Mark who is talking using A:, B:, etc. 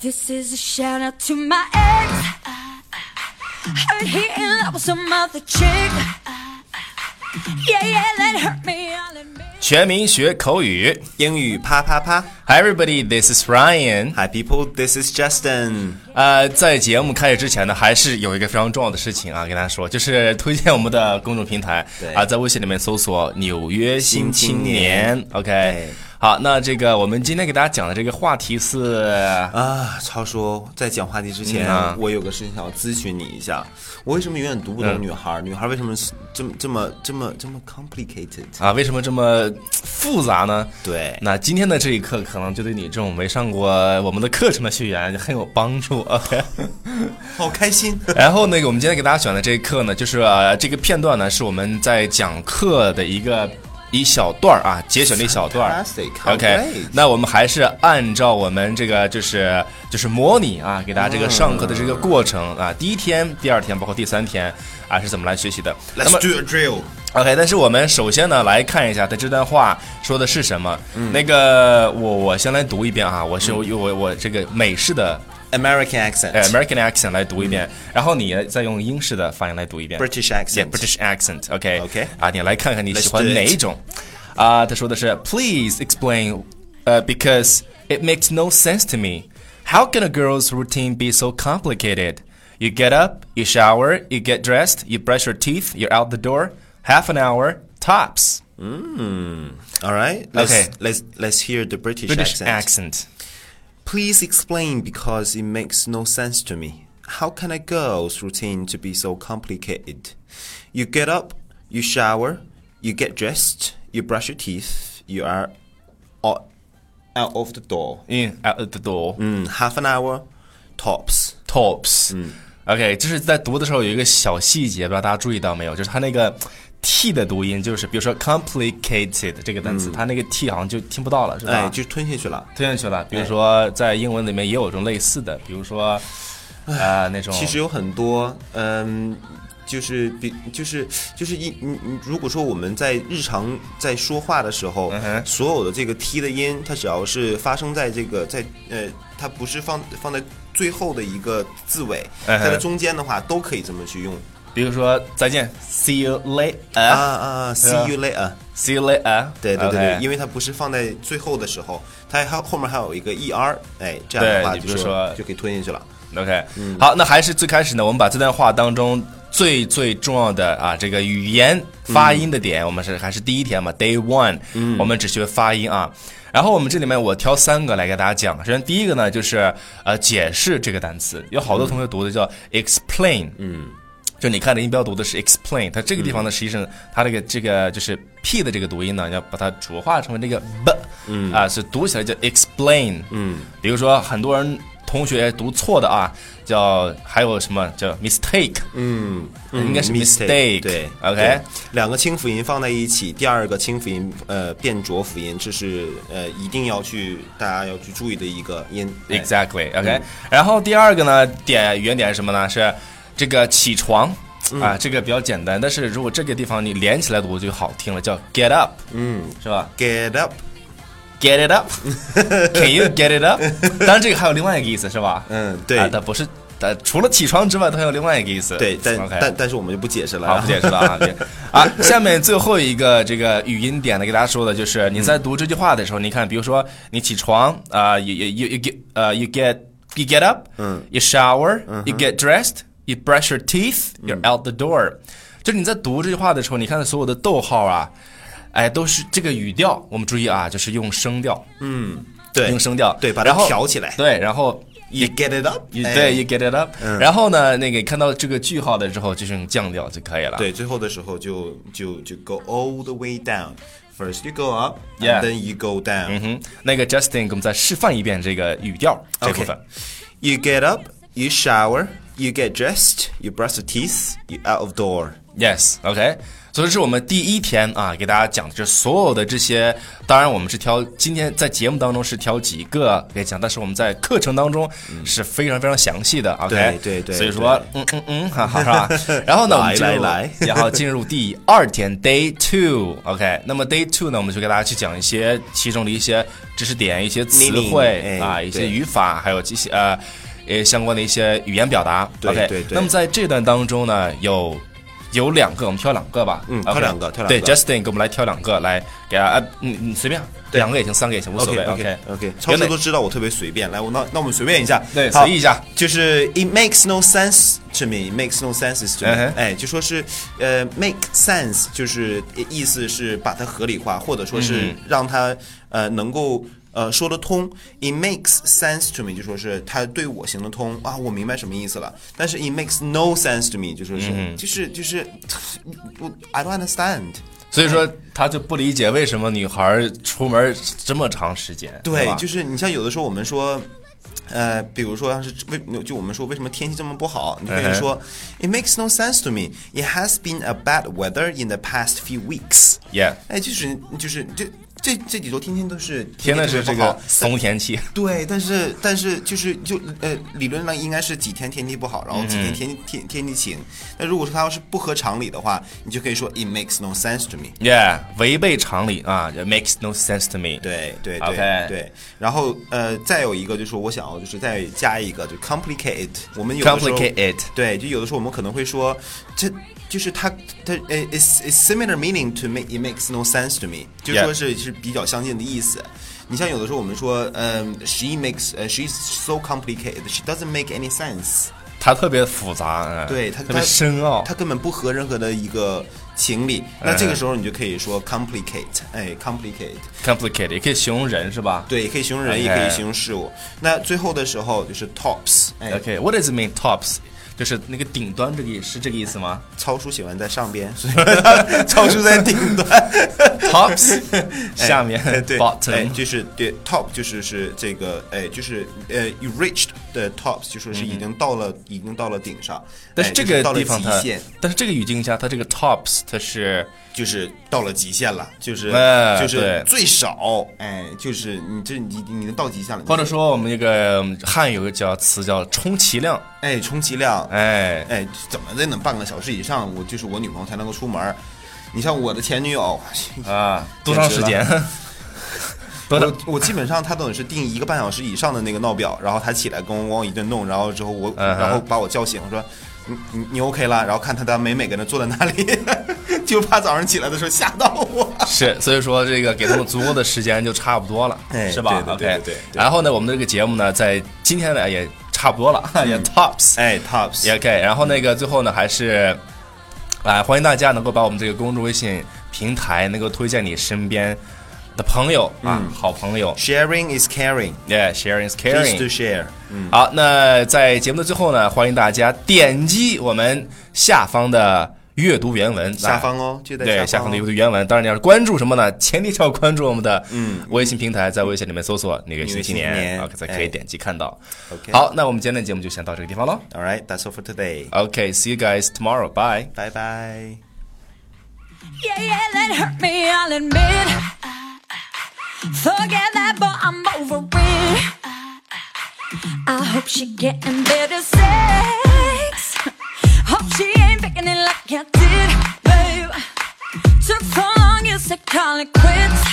A: This is a shout out to my ex. Heard he in love with some other chick. Yeah, yeah, that hurt me. I'll admit.
B: 全民学口语。
C: 英语啪啪啪
B: Hi everybody, this is Ryan。
C: ，Hi people, this is Justin。
B: 呃，在节目开始之前呢，还是有一个非常重要的事情啊，跟大家说，就是推荐我们的公众平台
C: 对
B: 啊，在微信里面搜索“纽约新青
C: 新
B: 年”
C: 青
B: OK，
C: 对
B: 好，那这个我们今天给大家讲的这个话题是，
C: 啊，超说，在讲话题之前，
B: 嗯啊
C: 我有个事情想要咨询你一下。我为什么永远读不懂女孩？
B: 嗯
C: 女孩为什么是这么这么这么这么 complicated？
B: 啊，为什么这么复杂呢？
C: 对
B: 那今天的这一课可能就对你这种没上过我们的课程的学员很有帮助。OK，
C: 好开心。
B: 然后那个我们今天给大家选的这一课呢，就是、呃、这个片段呢是我们在讲课的一个一小段儿啊，节选的一小段儿。
C: Fantastic, how
B: OK，
C: great
B: 那我们还是按照我们这个就是就是模拟啊，给大家这个上课的这个过程啊，第一天、第二天，包括第三天啊，是怎么来学习的。那
C: Let's
B: 么
C: do a drill。
B: OK，但是我们首先呢来看一下，它这段话说的是什么。
C: 嗯
B: 那个我我先来读一遍啊，我是有有我我这个美式的
C: American
B: 呃
C: accent,
B: American accent 来读一遍，然后你再用英式的发音来读一遍。
C: British
B: Yeah,
C: accent,
B: British accent. OK.
C: OK
B: 啊，你来看看你喜
C: Let's
B: 欢
C: do it
B: 哪一种。啊，他说的是 Please explain, uh, because it makes no sense to me. How can a girl's routine be so complicated? You get up, you shower, you get dressed, you brush your teeth, you're out the door. Half an hour tops.
C: All right. Let's,
B: Okay.
C: Let's let's hear the British,
B: British
C: accent.
B: accent.
C: Please explain because it makes no sense to me. How can a girl's routine to be so complicated? You get up, you shower, you get dressed, you brush your teeth, you are o- out of the door
B: In out the door.
C: in half an hour tops.
B: tops。OK，就是
C: 嗯
B: 在读的时候有一个小细节，不知道大家注意到没有？就是它那个 t 的读音，就是比如说 complicated 这个单词，它那个 t 好像就听不到了，是吧？
C: 嗯哎，就吞下去了。
B: 吞下去了。比如说在英文里面也有这种类似的，比如说呃那种
C: 哎其实有很多，嗯，就是比就是就是一，你你如果说我们在日常在说话的时候，
B: 嗯哼
C: 所有的这个 t 的音，它只要是发生在这个在呃，它不是放放在最后的一个字尾，
B: 嗯哼
C: 在它中间的话都可以这么去用
B: 比如说再见，see you
C: 啊
B: later，see
C: 啊，see you later。
B: you later，
C: 对对对对
B: OK
C: 因为它不是放在最后的时候，它还后面还有一个 er，哎，这样
B: 对
C: 的话
B: 你
C: 就
B: 比如
C: 是
B: 说
C: 就可以吞进去了。
B: OK，、好，那还是最开始呢，我们把这段话当中最最重要的啊，这个语言发音的点，我们是还是第一天嘛，Day One，、我们只学发音啊。然后我们这里面我挑三个来给大家讲。首先第一个呢，就是呃解释这个单词，有好多同学读的叫 explain，嗯，就你看的音标读的是 explain，它这个地方呢，实际上它这个这个就是 p 的这个读音呢，要把它浊化成为那个 b，嗯啊，是读起来叫 explain，嗯，比如说很多人同学读错的啊，叫还有什么叫 mistake，嗯，应该是 mistake，
C: 对对
B: ，OK，
C: 两个清辅音放在一起，第二个清辅音呃变浊辅音，这是呃一定要去大家要去注意的一个音。哎
B: Exactly. OK、然后第二个呢，点原点是什么呢？是这个起床。啊，这个比较简单，但是如果这个地方你连起来读就好听了，叫 get up，嗯，是吧
C: 哎 Get up，
B: ？Get it up，Can you get it up？当然，这个还有另外一个意思是吧？
C: 嗯对
B: 啊它不是，它除了起床之外，它还有另外一个意思。
C: 对，但
B: OK
C: 但但是我们就不解释了。
B: 好，不解释了 啊。对啊，下面最后一个这个语音点呢，给大家说的就是你在读这句话的时候，你看，比如说你起床啊、y o u you you get 呃、you get you get up，嗯，you shower，you、get dressed，you brush your teeth，you're
C: Mm.
B: out the door，、就是你在读这句话的时候，你看所有的逗号啊，哎，都是这个语调，我们注意啊，就是用声调，
C: 对，
B: 用声调，
C: 对，把
B: 然
C: 它
B: 后
C: 挑起来。
B: 对，然后
C: You get it up，
B: You,
C: 哎
B: 对，you get it up、然后呢，那个看到这个句号的时候，就是用降调就可以了。
C: 对，最后的时候就就就 go all the way down。First you go
B: Yeah.
C: up，and then you go down。
B: 嗯，那个 Justin 给我们再示范一遍这个语调这
C: Okay.
B: 部分。
C: You get up, you shower, you get dressed, you brush your teeth, you out of door。
B: Yes，OK、所以这是我们第一天啊，给大家讲的这所有的这些。当然，我们是挑今天在节目当中是挑几个给讲，但是我们在课程当中是非常非常详细的。OK，
C: 嗯对对对
B: 所以说，嗯嗯嗯，哈哈，是吧？然后呢，我们进入
C: 来来来
B: 然后进入第二天 Day Two。OK，那么 Day Two 呢，我们就给大家去讲一些其中的一些知识点、一些词
C: 命令
B: 汇
C: 哎
B: 啊、一些
C: 对
B: 语法，还有一些呃。呃，相关的一些语言表达。
C: 对
B: OK，
C: 对对
B: 那么在这段当中呢，有有两个，我们挑两个吧。
C: 嗯
B: OK
C: 挑两个挑两个
B: 对，Justin 给我们来挑两个，来给大家，呃嗯嗯，随便，两个也行，三个也行，无所
C: OK
B: 谓。
C: OK OK，超
B: 原
C: 市
B: 来
C: 都知道我特别随便，来，我那那我们随便一下，
B: 对
C: 好
B: 随意一下，
C: 就是 It makes no sense to me, it makes no sense to
B: 嗯
C: me，
B: 哼
C: 哎，就说是呃 make sense，就是意思是把它合理化，或者说
B: 嗯
C: 是让它呃能够。呃，说得通，it makes sense to me，就说是它对我行得通啊，我明白什么意思了。但是 it makes no sense to me，就说是、
B: 嗯
C: 就是就是， 我 I don't understand。
B: 所以说他就不理解为什么女孩出门这么长时间。
C: 对，
B: 吧
C: 就是你像有的时候我们说。呃，比如说，要是为就我们说为什么天气这么不好，你可
B: 嗯
C: 以
B: 哼
C: 说、It makes no sense to me. It has been a bad weather in the past few weeks.
B: Yeah
C: 哎，就是就是这这这几周天天都是
B: 天的
C: 气
B: 是
C: 特
B: 这
C: 别不好
B: 个冬天 气。
C: 对，但是但是就是就呃，理论上应该是几天天气不好，然后几
B: 嗯
C: 天天气天天气晴。但如果说它要是不合常理的话，你就可以说 It makes no sense to me.
B: Yeah，违背常理啊，it makes no sense to me。
C: 对对对
B: OK
C: 对，然后呃，再有一个就是我想要就是再加一个，就 complicate。我们有的时候
B: Complicate it
C: 对，就有的时候我们可能会说，这就是它它呃，is is similar meaning to me it makes no sense to me，就
B: Yeah
C: 说是是比较相近的意思。你像有的时候我们说，嗯、s h e makes，呃、s h e s so complicated，she doesn't make any sense。
B: 它特别复杂，嗯
C: 对他
B: 特别深奥。哎
C: 他根本不合任何的一个情理。那这个时候你就可以说 complicate，哎，complicate。
B: complicated 也可以形容人是吧？
C: 对，可以形容人，
B: OK
C: 也可以形容事物。那最后的时候就是 tops，哎
B: OK，What、does it mean tops？就是那个顶端这个意是这个意思吗
C: 超叔喜欢在上边， 所以超叔在顶端，
B: ？Tops 下面、
C: 哎对，
B: bottom、
C: 哎，就是对 top 就是是这个，哎，就是呃，you reached the tops，就说是已经到了，已经到了顶上，
B: 嗯但是
C: 哎
B: 这
C: 就是
B: 个
C: 到了
B: 地方它
C: 极限，，
B: 但是这个语境下它这个 tops 它是
C: 就是到了极限了，就是
B: 哎
C: 就是
B: 对
C: 最少，哎，就是你这你你能到极限了，
B: 或者说我们那个嗯汉语有个叫词叫充其量，
C: 哎，充其量，
B: 哎，
C: 哎，怎么的能半个小时以上，我就是我女朋友才能够出门儿。你像我的前女友，
B: 啊，多长时间？ 多长
C: 我？我基本上他都是定一个半小时以上的那个闹表，然后他起来跟我往一顿弄，然后之后我，
B: 嗯哼
C: 然后把我叫醒，我说你你你 OK 了，然后看他的美美搁那坐在那里，就怕早上起来的时候吓到我。
B: 是，所以说这个给他们足够的时间就差不多了，
C: 哎
B: 是吧
C: 对对对对对
B: ？OK，
C: 对
B: 然后呢，我们这个节目呢，在今天呢也差不多了， 也 tops，
C: 哎，Tops，
B: 也 OK，然后那个最后呢，还是啊、欢迎大家能够把我们这个公众微信平台能够推荐你身边的朋友啊，
C: 嗯
B: 好朋友
C: sharing is caring，
B: ，Yeah，sharing is
C: please to
B: caring。
C: share。
B: 好，那在节目的最后呢，欢迎大家点击我们下方的阅读原文，
C: 下
B: 啊
C: 方哦，就在
B: 对，
C: 下
B: 下
C: 方
B: 方
C: 哦
B: 的有原文。当然，你要是关注什么呢？前提是要关注我们的嗯微信平台，在微信里面搜索“那个
C: 新
B: 新青
C: 青年
B: 年 ”，OK，才可
C: 哎
B: 以点击看到。
C: OK
B: 好，那我们今天的节目就先到这个地方喽。
C: All right，that's all for today，
B: OK，see、you guys tomorrow，bye。
C: 拜拜。
A: Yeah, yeah, that hurt me, I'll admit. Forget that, but I'm over it. I hope she getting better sex. Hope she ain't picking it like I did, babe. Took so long, you said call it quits.